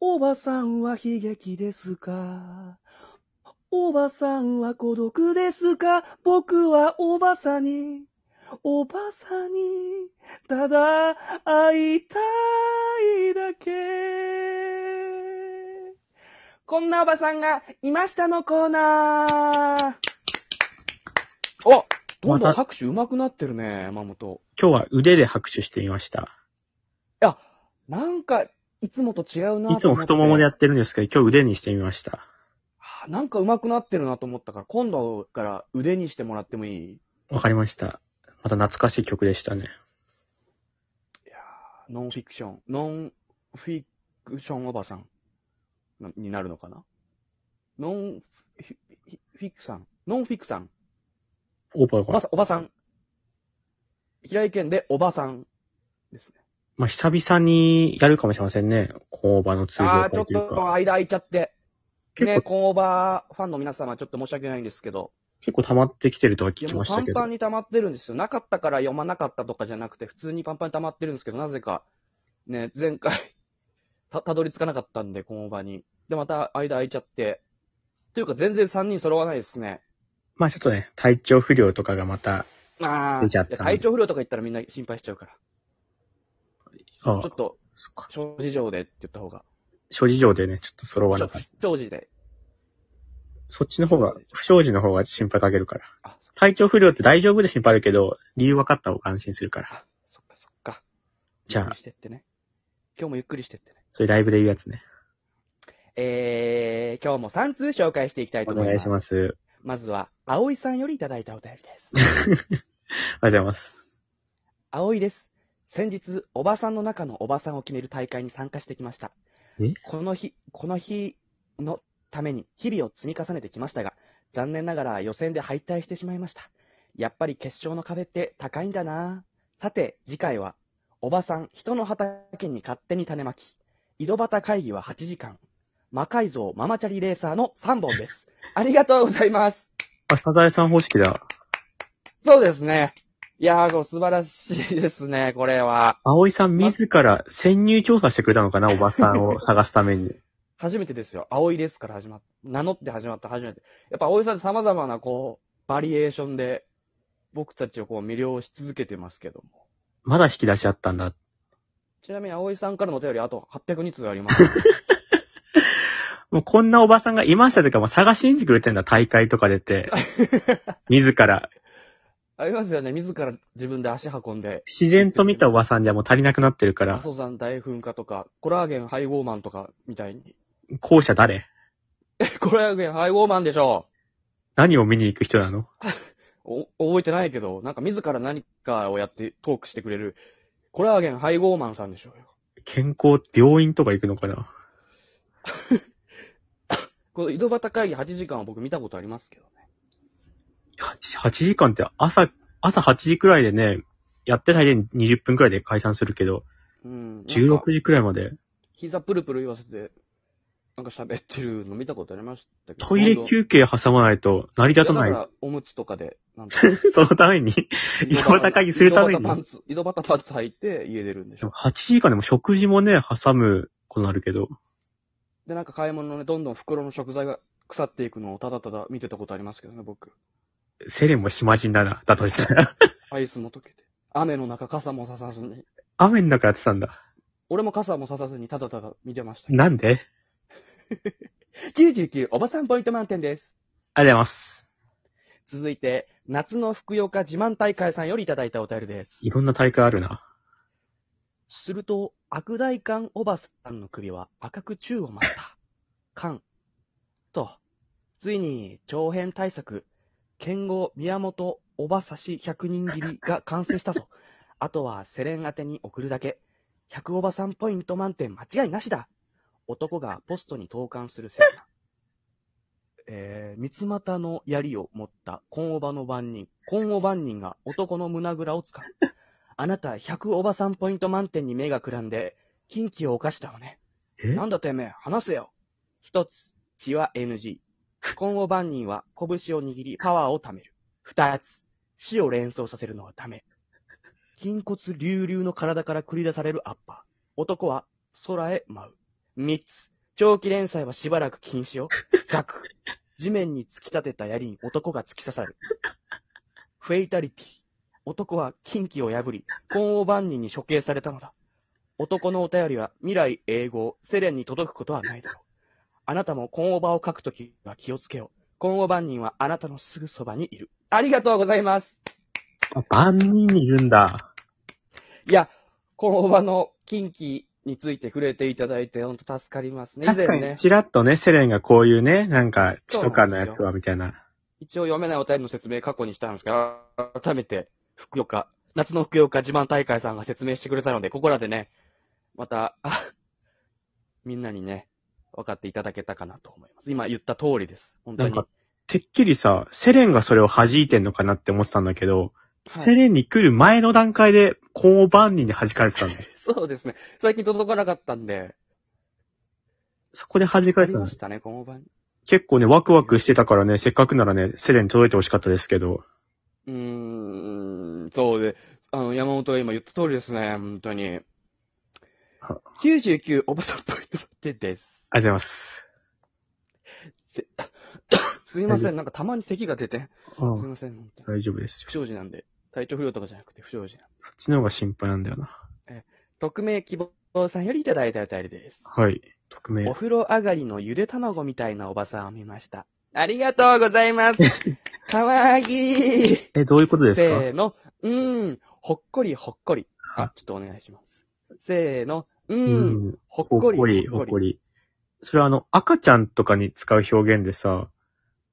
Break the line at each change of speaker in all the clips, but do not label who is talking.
おばさんは悲劇ですかおばさんは孤独ですか僕はおばさんに、おばさんに、ただ会いたいだけ。こんなおばさんがいましたのコーナー。おどんどん拍手上手くなってるね、山本。
今日は腕で拍手してみました。
なんか、いつもと違うない
つも太ももでやってるんですけど、今日腕にしてみました。
あなんか上手くなってるなと思ったから、今度から腕にしてもらってもいい
わかりました。また懐かしい曲でしたね。
ノンフィクション、ノンフィクションおばさんなになるのかなノンフィフィフィクさん、ノンフィクさん、
オーパー
お
が
ば。さん、おばさん。平井県でおばさんですね。
まあ、久々にやるかもしれませんね。工場の通常
ああ
会
ー、ちょっ
という
と
か。
間空いちゃって。
結
ね、
構、
コンオーバーファンの皆様、ちょっと申し訳ないんですけど。
結構溜まってきてるとは聞
いや、
き
もう
まし
パ
た
ン
け
パ
ど
ン。に溜まってるんですよ。なかったから読まなかったとかじゃなくて、普通にパンパンに溜まってるんですけど、なぜか、ね、前回 た、たどり着かなかったんで、この場に。で、また間空いちゃって。というか、全然3人揃わないですね。
まあ、ちょっとね、体調不良とかがまた、
ああ、
出
い
ちゃ
や
った
体調不良とか言ったらみんな心配しちゃうから。
ああ
ちょっと、
そっか。
小事情でって言った方が。
諸事情でね、ちょっと揃わなかった。
小事で。
そっちの方が、不祥事の方が心配かけるから。
あ、そっか
体調不良って大丈夫で心配あるけど、理由分かった方が安心するから。
あそっか、そっか。
じゃあ
ゆっくりしてってね。今日もゆっくりしてってね。
そういうライブで言うやつね。
えー、今日も3通紹介していきたいと
お
思います。
願いします。
まずは、葵さんよりいただいたお便りです。
ありがとうございます。
葵です。先日、おばさんの中のおばさんを決める大会に参加してきました
え。
この日、この日のために日々を積み重ねてきましたが、残念ながら予選で敗退してしまいました。やっぱり決勝の壁って高いんだなさて、次回は、おばさん、人の畑に勝手に種まき。井戸端会議は8時間。魔改造ママチャリレーサーの3本です。ありがとうございます。
あ、サザエさん方式だ。
そうですね。いやー、こう素晴らしいですね、これは。
葵さん自ら潜入調査してくれたのかな、おばさ んを探すために。
初めてですよ。葵ですから始まっ、名乗って始まった初めて。やっぱ葵さんって様々なこう、バリエーションで、僕たちをこう魅了し続けてますけども。
まだ引き出しあったんだ。
ちなみに葵さんからのお便りあと802通あります。
もうこんなおばさんがいましたというか、もう探しに来てくれてんだ、大会とか出て。自ら。
ありますよね。自ら自分で足運んで。
自然と見たおばさんじゃもう足りなくなってるから
阿、蘇山大噴火とか、コラーゲン配合マンとか、みたいに。
後者誰
コラーゲン配合マンでしょ
何を見に行く人なの
お、覚えてないけど、なんか自ら何かをやってトークしてくれる、コラーゲン配合マンさんでしょうよ。
健康、病院とか行くのかな
この井戸端会議8時間は僕見たことありますけどね。
8時間って朝、朝8時くらいでね、やって大体20分くらいで解散するけど、
うん。なんか
16時くらいまで、
膝プルプル言わせて、なんか喋ってるの見たことありましたけど。
トイレ休憩挟まないと成り
憩
立たない
だ。から、おむつとかで、なんか
そのために、 井戸端会議するために
井戸端パンツ、井戸端パンツ履いて家出るんでしょ。
8時間でも食事もね、挟むことになるけど、
で、なんか買い物のね、どんどん袋の食材が腐っていくのをただただ見てたことありますけどね、僕。
セレンも暇人だな、だとしたら。
アイスも溶けて。雨の中傘もささずに。
雨の中やってたんだ。
俺も傘もささずにただただ見てましたけど。
なんで
99、おばさんポイント満点です。
ありがとうございます。
続いて、夏の福岡自慢大会さんよりいただいたお便りです。
いろんな大会あるな。
すると、悪大官おばさんの首は赤く宙を舞った。 官。と、ついに、長編対策、剣豪宮本おばさし100人切りが完成したぞ。 あとはセレン宛てに送るだけ。100おばさんポイント満点間違いなしだ。男がポストに投函する切な。 えー、三つ股の槍を持った金おばの番人。金お番人が男の胸ぐらをつかむ。あなた100おばさんポイント満点に目がくらんで、禁忌を犯したわね。
え
なんだてめえ、話せよ。一つ、血は NG。今後番人は拳を握りパワーを貯める。二つ、死を連想させるのはダメ。筋骨隆々の体から繰り出されるアッパー。男は空へ舞う。三つ、長期連載はしばらく禁止よ。ザク。地面に突き立てた槍に男が突き刺さる。フェイタリティ。男は禁忌を破り、今王万人に処刑されたのだ。男のお便りは未来永劫、セレンに届くことはないだろう。あなたも今王場を書くときは気をつけよう。今後万人はあなたのすぐそばにいる。ありがとうございます。
あ、万人にいるんだ。
いや、今後場の近畿について触れていただいて、ほんと助かりますね。以
確
前
か
ね
に、、ちらっとね、セレンがこういうね、なんか、血とかのやつ
そう
は、みたいな。
一応読めないお便りの説明過去にしたんですが、改めて、福岡、夏の福岡自慢大会さんが説明してくれたので、ここらでね、また、 あみんなにね、分かっていただけたかなと思います。今言った通りです。本
な
当
ん
に。
か、てっきりさ、セレンがそれを弾いてんのかなって思ってたんだけど、セレンに来る前の段階で、こう万人に弾かれてたんだ。
そうですね。最近届かなかったんで、
そこで弾か
あり
れてたの
ましたね、今後場に。
結構ね、ワクワクしてたからね、せっかくならね、セレンに届いてほしかったですけど。
うーん、そうで、あの、山本が今言った通りですね、本当に
は。
99オブザポイントでです。
ありがとうございます。
せすみませ
大
ん、なんかたまに咳が出て。
う
すみ
ん
ません、本当に
大丈夫ですよ
不。祥事なんで。体調不良とかじゃなくて不祥事なんで。
そっちの方が心配なんだよな。
匿名希望さんよりいただいたお便りです。
はい。匿名。
お
あ
風呂上がりのゆで卵みたいなおばさんを見ました。ありがとうござい ます。かわいい。
え、どういうことですか
せーの、うーん、ほっこりほっこり。
は
あ、ちょっとお願いします。せーの、う
う
ーん、
ん。
ほっ
ほっ
こり
こり、ほっこ。り。それはあの、赤ちゃんとかに使う表現でさ、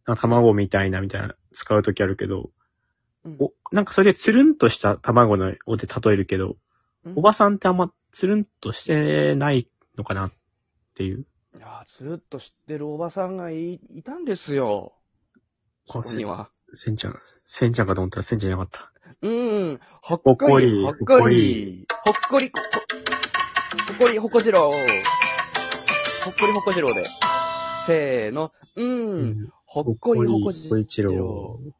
なんか卵みたいなみたいな、使うときあるけど、
うん
お、なんかそれでつるんとした卵のをで例えるけど、
うん
おばさんってあんまつるんとしてないのかなっていう。
いやーずーっと知ってるおばさんがいいたんですよ。
あ
ここには。
せんちゃん、せんちゃんかと思ったらせんちゃんじゃなかった。
うーん、ほっこり、ほ
ほっ
っ
こ
こ
り
り、ほっこり、ほっこり、ほこじろう。ほっこりほこじろうで。せーの、うーん、ほっこりほこじ
ほっこり一郎
ろう。